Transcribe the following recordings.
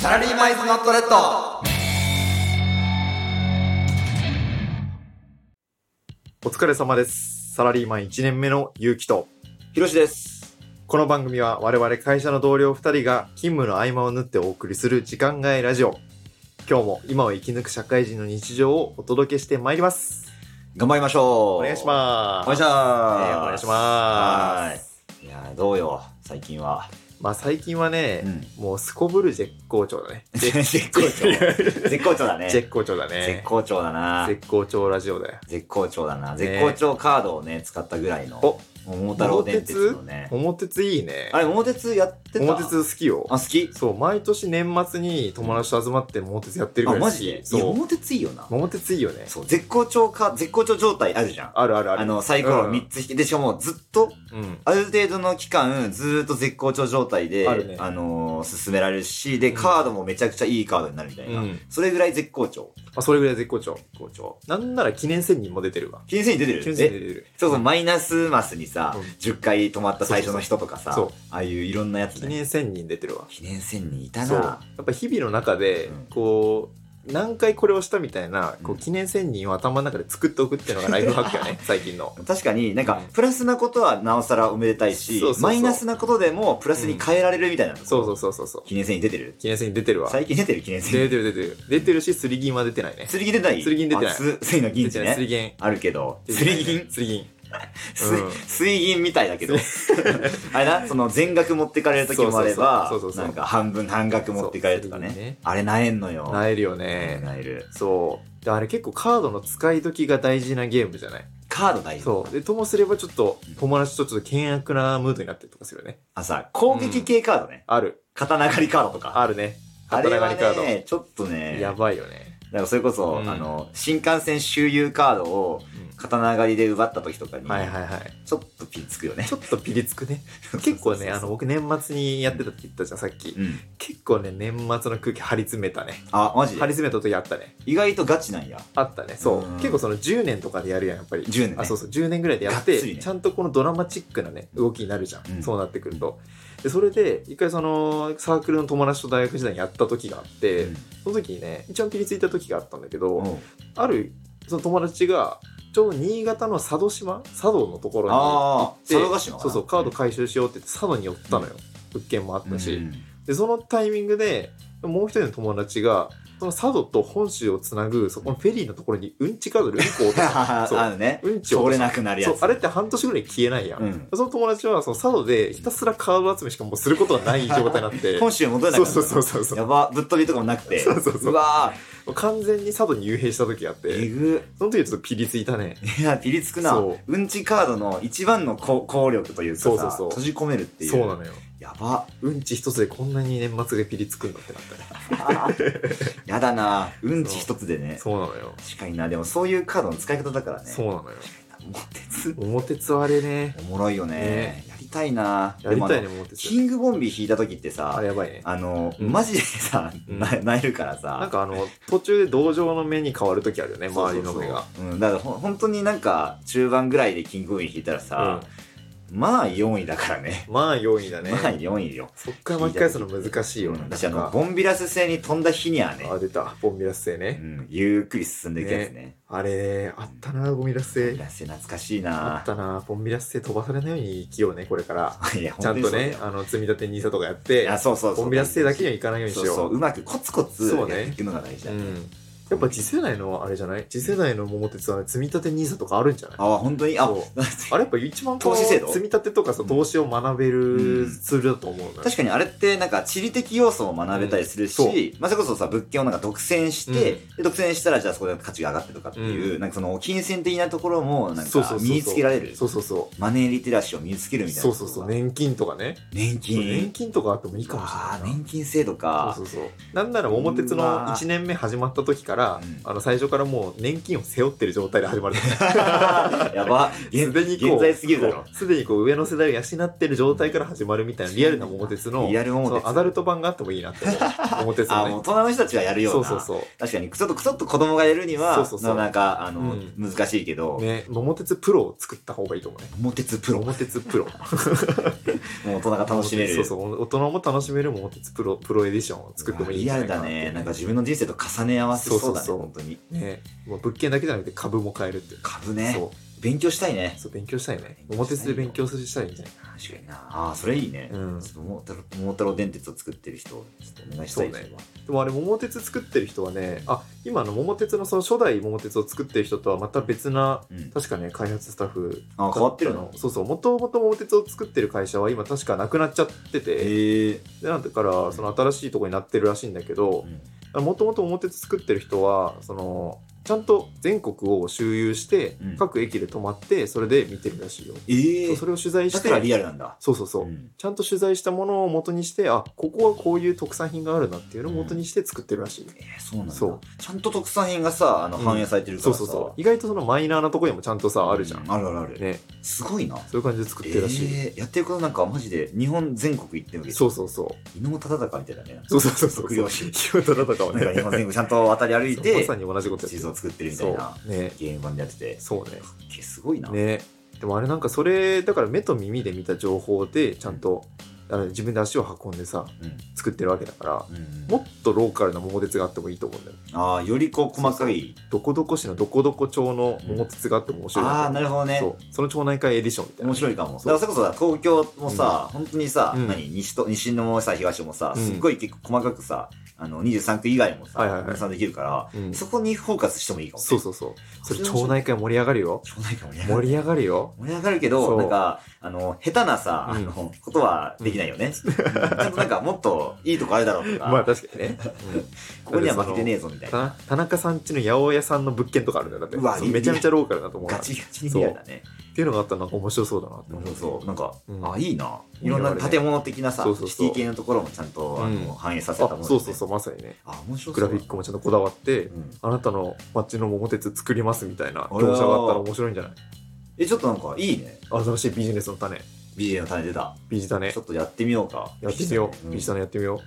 サラリーマイズノットレッドお疲れ様です。サラリーマン1年目のゆうきと。ひろしですこの番組は我々会社の同僚2人が勤務の合間を縫ってお送りする時間外ラジオ。今日も今を生き抜く社会人の日常をお届けしてまいります。頑張りましょうお願いしすまお願いす。します、えーお願いしはまーす。いいやーどうよ最近はまあ最近はね、んもうすこぶる 絶好調だね。 絶好調 絶好調だね絶好調だ絶ね。好調だな絶好調ラジオだよ。絶好調だなね絶好調カードをね使ったぐらいのお桃太郎電鉄のね桃鉄いいね。あれ桃鉄やってた桃鉄好きよ。あ好きそう、毎年年末に友達と集まって桃鉄やってるあぐらいマ好きジでいやそう。桃鉄いいよな桃鉄いいよね。そう絶好調か絶好調状態あるじゃんあるあるある。あの、サイコロうん3つ引き、で、しかもずっと、うん。ある程度の期間、ずーっと絶好調状態で、ああるねのー進められるし、で、うんカードもめちゃくちゃいいカードになるみたいな。うんそれぐらい絶好調。まあ、それぐらい絶好調。絶好調。なんなら記念戦にも出てるわ。記念戦に出て記念る戦にえ出てる。そうそう、マイナスマスにさ、うん10回止まった最初の人とかさ、そうそうああいういろんなやつ記ね。念戦に出てるわ。記念戦にいたそう。なや。っぱ日々の中でうん、こう、何回これをしたみたいな、こうう、ん記念戦人を頭の中で作っておくっていうのがライフハッ クやね、最近の。確かになんかうん、プラスなことはなおさらおめでたいし、そうそうそうマイナスなことでもプラスに変えられるみたいな、そうそうそうそうそう。記念戦に出てる記念戦に出てるわ。最近出てる記念戦出てる出てる。出てるし、すり銀は出てないね。釣り銀出てない釣り銀出てないあす 水の銀出地てないすりね。銀。あるけど、出て釣なりい銀すり銀。水うん水銀みたいだけ ど。あれな、その全額持ってかれる時もあればそうそうそうそうそうそう、なんか半分半額持ってかれるとかそう釣り銀ねね。あれなえんのよ。なえるよえね。なえる。そう。で、あれ結構カードの使い時が大事なゲームじゃないカード大事。そう。で、ともすればちょっと、友達とちょっと険悪なムードになったりとかするよね。あさ、攻撃系カードね。ある。刀狩りカードとか。あるね。あれは刀狩りカーね、ちょっとド。ね、やばいよね。なんかそれこそ、うんあの、新幹線周遊カードを刀狩りで奪った時とかに、はいはいはい。ちょっとピンつくよねち。ょっとピリつくね。 結構ね、あの、僕年末にやってたって言ったじゃん、さっきう。ん。結構ね、年末の空気張り詰めたね。あ、マジ張りで詰めた時あったね。意外とガチなんや。あったね。そうう。ん結構その10年とかでやるやん、やっぱり。 10年ねあ、そうそう。10年ぐらいでやっがっつりて、ねちゃんとこのドラマチックなね、動きになるじゃうんん。そうなってくると。で、それで、一回その、サークルの友達と大学時代にやった時があって、その時にね、一番ピリついた時があったんだけど、うんあるその友達がちょうど新潟の佐渡島佐渡のところにああ、で佐渡島かなそうそうカード回収しようって言って佐渡に寄ったのよ、物件もあったし、うんでそのタイミングでもう一人の友達がその佐渡と本州をつなぐそこのフェリーのところにうんちカードでうんこを落としたあ そうの ね、うんちを通落とれしたなくなるやそうつ。あれって半年ぐらい消えないやん、うんその友達はその佐渡でひたすらカード集めしかもうすることがない状態になっ て本州戻れなくそなうる。そうそうそうそうやば、ぶっ飛びとかもなくて。そうそうそうわもう完全に佐渡に幽閉した時あっーえてぐ。その時はちょっとピリついたねいや、ピリつくなそ。うんちカードの一番のこ効力というかさそうそうそう閉じ込めるっていう。そうなのよやば。うんち一つでこんなに年末がピリつくんだってなったね。やだな。うんち一つでね。そうなのよ。確かにな。でもそういうカードの使い方だからね。そうなのよ。桃鉄。桃鉄はあれね。おもろいよねね。やりたいな。やりたいでもあのね、桃鉄キ。ングボンビー引いた時ってあされ、やばいね。あの、うんマジでさ、うんななえるからさ。なんかあの、途中で同情の目に変わる時あるよね、周りの目が。そうそうそううん、だからほん本当になんか中盤ぐらいでキングウィン引いたらさ、まあ4位だからねうんまあ4位だね。まあ4位よ、そっから巻き返すの難しいよな。私あなのんかボンビラス製に飛んだ日にはねあ、出た。ボンビラス製うね。ん、ゆっくり進んでいくやつねあれ、あったな、ボンビラスボンビ製。ラス製懐かしいあなったな、ボンビラス製飛ばされないように生きようね、これから。いやちゃんとね、ああの、積み立て NISA とかやって、そうそうそうボンビラス製だけににはいかないようにしそようう。そううまくコツコツやそうねっていくのが大事だ、うねん、やっぱ次世代のあれじゃない次世代の桃鉄はね積み立て NISA とかあるんじゃないああ本当にあそうれやっぱ一番こう投資制度積み立てとかさ投資を学べるツールだと思うのよ確かにあれってなんか地理的要素も学べたりするうんそし、まあ、それこそさ物件をなんか独占して、で独占したらじゃあそこで価値が上がってとかっていう、うんなんかその金銭的なところもなんそうそかうそうそう身につけられるそうそうそマネーリテラシーを身につけるうみたいなそうそうそう年金とかね年そう年金金とかあってもいいかもしああれないな年金制度かそうそうそうなんなら桃鉄うわーの1年目始まった時かが、うんあの最初からもう年金を背負ってる状態で始まるやば す現でにこう現在すぎるだろこうすでにこう上の世代を養ってる状態から始まるみたいなリアルな桃鉄のリアル桃鉄そのアダルト版があってもいいなって思う桃鉄あのもう大ね人の人たちがやるようそなうそうそ確かにちょっとちょっと子供がやるにはそうそうそなうかなかあの、うん難しいけど、うね桃鉄プロを作った方がいいと思うね桃鉄プロも桃鉄プロう大人が楽しめるそうそう大人も楽しめる桃鉄プロプロエディションを作ってもいいんリじゃアなルいかなだってねなんか自分の人生と重ね合わせそうだねそうそうそう本当にねもう物件だけじゃなくて株も買えるっていう株ねそ勉強したいねうそう勉強したいね勉強したいよ桃鉄で勉強するしたいんじゃないか確かになあーそれいいね、うんちょっと桃太郎桃太郎電鉄を作ってる人ちょっとお願いしたいそうねれはでもあれ桃鉄作ってる人はねあ今の桃鉄のその初代桃鉄を作ってる人とはまた別なうん、確かね開発スタッフあー変わってるだのたそうそうもともと桃鉄を作ってる会社は今確かなくなっちゃっててへえでなんだからその新しいとこになってるらしいんだけどもともと桃鉄作ってる人はそのちゃんと全国を周遊して、うん各駅で泊まってそれで見てるらしいよ、えそえうそれを取材だしかてらリアルなんだそうそうそう、んちゃんと取材したものを元にしてあここはこういう特産品があるなっていうのを元にして作ってるらしい、えーそうなんだそうちゃんと特産品がさあのうん反映されてるかそらうさ、そうそう意外とそのマイナーなとこにもちゃんとさあるじゃん、うあるあるある、ねすごいなそういう感じで作ってるらしい、えーやってることなんかマジで日本全国行ってるわけそううそうそう伊能忠敬みたいだねそうそうそうそう測量 士清田忠敬はなんか日ね本全国ちゃんと渡り歩いそうまてさに同じことやっ地てる図を作ってるみたいなそうねゲーム版でやっててそうねかっけえすごいな、ねでもあれなんかそれだから目と耳で見た情報でちゃんと、あの自分で足を運んでさうん作ってるわけだからうんもっとローカルな桃鉄があってもいいと思うんだよああよりこう細かいどこどこ市のどこどこ町の桃鉄があっても面白いああななるほどねそうその町内会エディションみたいな面白いかもだかそうらそれこそさ東京もさ、本当にさ、うん何西と西のもさ東もさうんすっごい結構細かくさあの23区以外もさはいはいはい分散できるから、うんそこにフォーカスしてもいいかもねそうそうそうそれそれ面白い町内会盛り上がるよ町内会盛り上が盛るり上がるよ盛り上がるけそうどなんかあの下手なさ、うんあのことはできないよね、うんちゃんとなんかもっといいとこあるだろうとか、 まあ確かにね、ここには負けてねえぞみたいな田田中さんちの八百屋さんの物件とかあるんだよだってうわそうめちゃめちゃローカルだと思うなガチガチにリアルだねっていうのがあったらなんか面白そうだなってそ思うそうなんか、うんあいいないいいろんな流れね建物的なさそうそうそうシティ系のところもちゃんとあの、うん反映させたもの、あそうそうそうまさにねあ面白そうグラフィックもちゃんとこだわってうんあなたの街の桃鉄作りますみたいなあら業者があったら面白いんじゃないえちょっとなんかいいね新しいビジネスの種 BJ の種出た、ビジタネちょっとやってみようかやってみようビジビジタタネネやってみよううん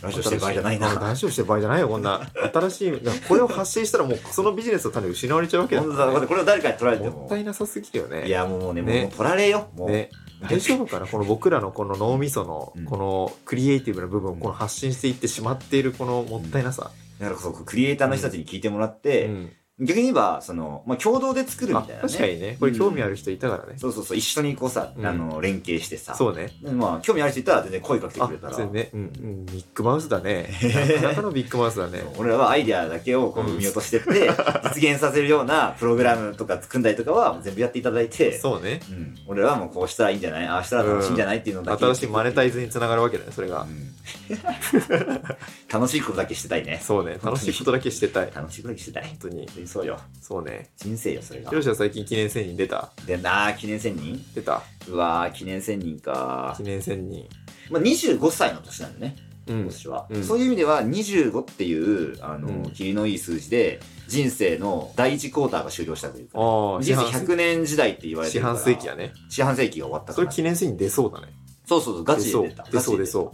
ラジオしてる場合じゃないなあラジオしてる場合じゃないよこんな新しいいやこれを発信したらもうそのビジネスの種失われちゃうわけだ本当だこれこれを誰かに取られてもっもたいなさすぎるよねいやもうねねもう取られよもう、ね大丈夫かなこの僕らのこの脳みそのうんこのクリエイティブな部分をこの発信していってしまっているこのもったいなさ、だからこそクリエイターの人たちに聞いてもらって、うん逆に言えばその、まあ、共同で作るみあたいなね確かにねこれ興味ある人いたからね、そうそうそう一緒にこうさ、うんあの連携してさそうねでまあ興味ある人いたら全然声かけてあくれたらそうね、うんうん、ビッグマウスだねなかなかのビッグマウスだねそう俺らはアイデアだけをこううん生み落としてって、 実現させるようなプログラムとか組んだりとかは全部やっていただいて、そうねうん、俺らはもうこうしたらいいんじゃないああしたら楽しいんじゃないっていうのだけ、新しいマネタイズにつながるわけだねそれが、うん、 楽しいことだけしてたいねそうね楽しいことだけしてたい本楽しいことだけしてたい本当に当にそうよそうね人生よそれがヒロシは最近記念千人出たでなあ記念千人出たうわー記念千人か記念千人まあ、25歳の年なんだね、う今ん年は、うんそういう意味では25っていうあの、うん霧のいい数字で人生の第一クォーターが終了したというかああ人生100年時代って言われて四るから半世紀やね四半世紀が終わったそかれら記念千人出そうだねそうそうそうガチで出た出そう出そ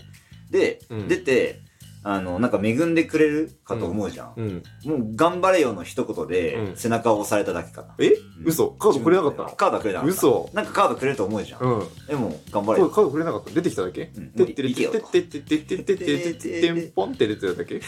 うで、うん出てあのなんか恵んでくれるかと思うじゃん、うんもう頑張れよの一言でうん背中を押されただけかな、え嘘カードくれなかったのカードはくれなかった嘘なんかカードくれると思うじゃん、うんでも頑張カれよードくれなかった出てきただけうんてってれいけてっよとてってってってってってってんぽんって出てただけ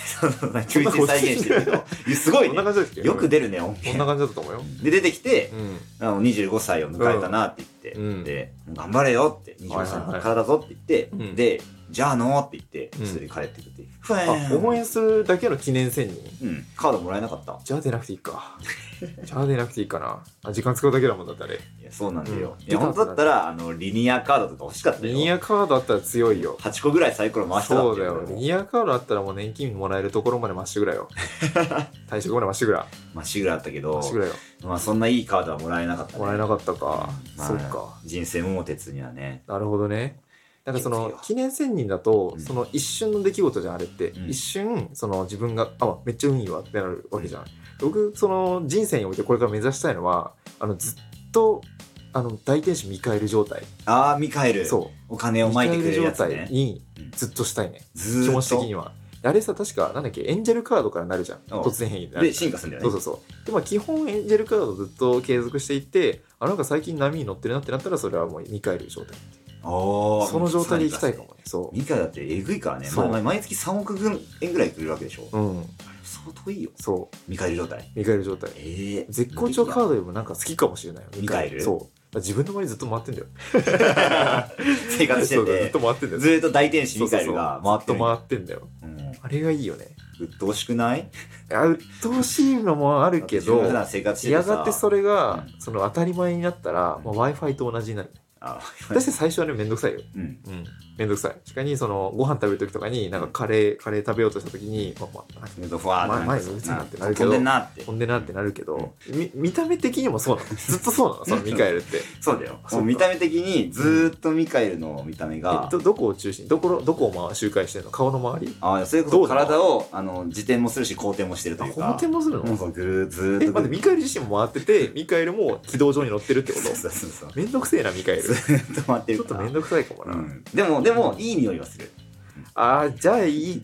急に再現してる けどいやすごいこねんな感じだっけよく出るね音こんな源感じだったと思うよで出てきてう、んあの25歳を迎えたなって言って、うんで「頑張れよ」って「25歳のからだぞ」って言って、はいはいはいで「じゃあの」って言ってうん一人で帰ってくってふわあーん応援するだけの記念千人うんカードもらえなかったじゃあ出なくていいかじゃあ出なくていいかなあ時間使うだけだもんだってあれいやそうなんだよ、うんいや本当だったらあのリニアカードとか欲しかったよリニアカードあったら強いよ8個ぐらいサイコロ回してたそっうてだいうよ俺リもニアカードあったらもう年金もらえるところまでまっしぐ らよ退職までまっしぐらまっしぐらだったけまどっしぐらよまあそんないいカードはもらえなかったねもらえなかったか、まあそうか人生桃鉄にはねなるほどねなんかそいいのですよ記念千人だと、うんその一瞬の出来事じゃんあれって、うん一瞬その自分があめっちゃ運いいわってなるわけじゃん、僕その人生においてこれから目指したいのはあのずっとあの大天使見返る状態ああミカエルそお金うをまいてくれるや見つ返る状態ねにうんずっとしたいね、ずーっ気と持ち的にはあれさ確かなんだっけエンジェルカードからなるじゃんうん突然変異になるで進化するんだそようそねうそうでまあ基本エンジェルカードをずっと継続していってあなんか最近波に乗ってるなってなったらそれはもう見返る状態ああその状態でいきたいかもねそミカだってえぐいからねそう毎毎月3億円ぐらいくれるわけでしょううん相当いいよそうミカエル状態見返る状態ええ絶好調カードよりもなんか好きかもしれないよ見返るそうまあ自分の周りずっと回ってんだよ生活しそてうずってと回ってんだよずーっと大天使ミカエルが回ってそうそうそるうずっと回ってんだようんあれがいいよね鬱陶しくないあ鬱陶しいのもあるけだって自分普ど段生活しててやさがてそれが、うその当たり前になったら、まあ、w i f i と同じになるあ私最初はねめんどくさいようんうん、めんどくさい。確かに、その、ご飯食べる時とかに、なんかカレー、カレー食べようとした時に、まあまあ、ずっとふわーってまあ前んかのうちにななってなるけ飛どんでんなって飛んでなってなるけど、み見た目的にもそうなの。ずっとそうなの、そのミカエルって。そうだよそうかもう見た目的にずーっとミカエルの見た目えがど、どこを中心にどころ、どこをまあ周回してんの顔の周りああそれこどそうなの体をあの自転もするし後転もしてるとあ、いうこのか点もするの、うんそうぐるーずーっえ、と待ぐって、るミカエル自身も回ってて、ミカエルも軌道上に乗ってるってこそうとそうそう そうめんどくせえな、ミカエル。ず ちーっと回ってょるっかとらめんどくさいかもな。うんでもでもいい匂いはするあー、じゃあいい。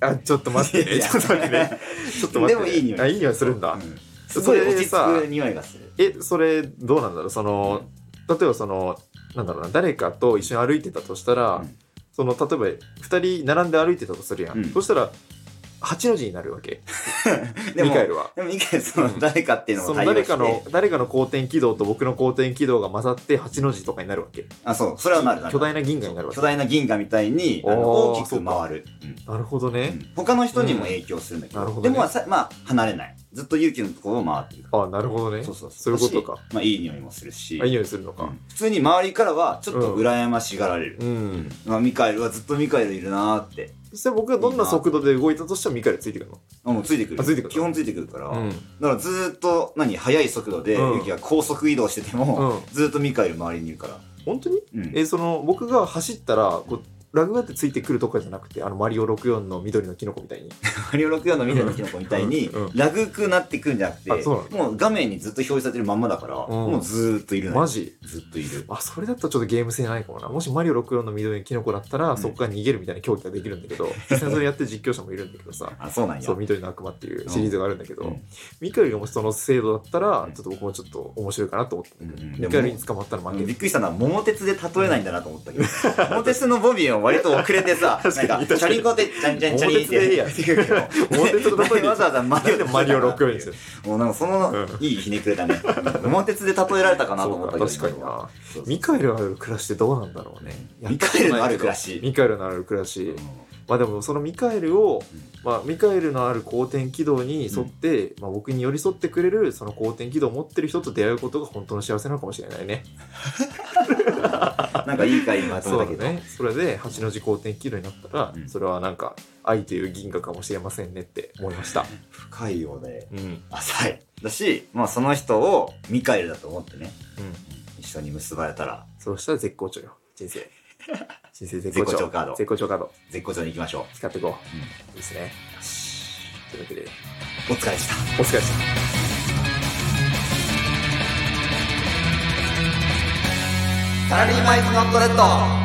あ、ちょっと待ってね。いやちょっと待ってね。ちょっと待って、ね。でもいい匂いあ、いい匂いするんだ。うんすごいそれ落でち着さく匂いがするえそれどうなんだろうその例えばそのなんだろうな誰かと一緒に歩いてたとしたら、うんその例えば2人並んで歩いてたとするやん、うんそしたら8の字になるわけでミもカエルは。でもミカエルそうんの誰かっていうのそもの対応誰してかの誰かの後転軌道と僕の後転軌道が混ざって8の字とかになるわけあそうそれはなるなる巨大な銀河になるわけ巨大な銀河みたいにあのおー大きく回る、うんなるほどうね、ん他の人にも影響するんだけうど,、んなるほどでねもまあさまあ離れないずっと勇気のところを回ってるからあなるほどねそうそうそういうことかだしまあ、いい匂いもするしあいい匂いするのうかん普通に周りからはちょっと羨ましがられる、うん、まあ、ミカエルはずっとミカエルいるなーってそして僕がどんな速度で動いたとしてもミカエルついてくるのあもうついてくあるついてくる基本ついてくるから、うんだからずーっと何速い速度でうんユキが高速移動してても、うんずーっとミカエル周りにいるから、本当にうんえーその僕が走ったらこうラグがあってついてくるとかじゃなくてあのマリオ64の緑のキノコみたいにマリオ64の緑のキノコみたいにうんうんラグくなってくんじゃなくて、あそうなものう画面にずっと表示されてるまんまだから、もうずーっといるのよマジずっといるあそれだったらちょっとゲーム性ないかもなもしマリオ64の緑のキノコだったら、んそこから逃げるみたいな競技ができるんだけ ど実際それやってる実況者もいるんだけどさあそうなんやそう緑の悪魔っていうシリーズがあるんだけど、うんミカエルがもしその制度だったら、うんちょっと僕もちょっと面白いかなと思ったんだけど、うんうんミカエルに捕まったら負けびるっ、くりしたのは桃鉄で例えないんだなと思ったけど、 桃鉄のボビーは割と遅れてさ、なん 確かか、にチャリンコで、チャリンチャリンチャリンっ桃鉄でいいてややってくるけど、 桃鉄の例えなんでわざわざマリオでマリオ64にするもうなんかその、うんいいひねくれだね。桃鉄で例えられたかなと思ったけど、そうか確かになそうそうミカエルがある暮らしってどうなんだろうねミカエルのある暮らしミカエルのある暮らし、うまあでもそのミカエルを、うんまあ、ミカエルのある後転軌道に沿って、まあ、僕に寄り添ってくれるその後転軌道を持ってる人と出会うことが本当の幸せなのかもしれないね。んなんかいい回にまとそめうたけど、だね。それで八の字後転軌道になったら、うんそれはなんか愛という銀河かもしれませんねって思いました。深いようでうん。うん。浅い。だし、まあその人をミカエルだと思ってね、一緒に結ばれたら、そうしたら絶好調よ。人生。人生絶絶好調。好調カード絶好調カード。絶好調に行きましょ使っていこう。う。いいですね。よしというわけで、お疲れでした。お疲れ様でした。サラリーマイズノットレッド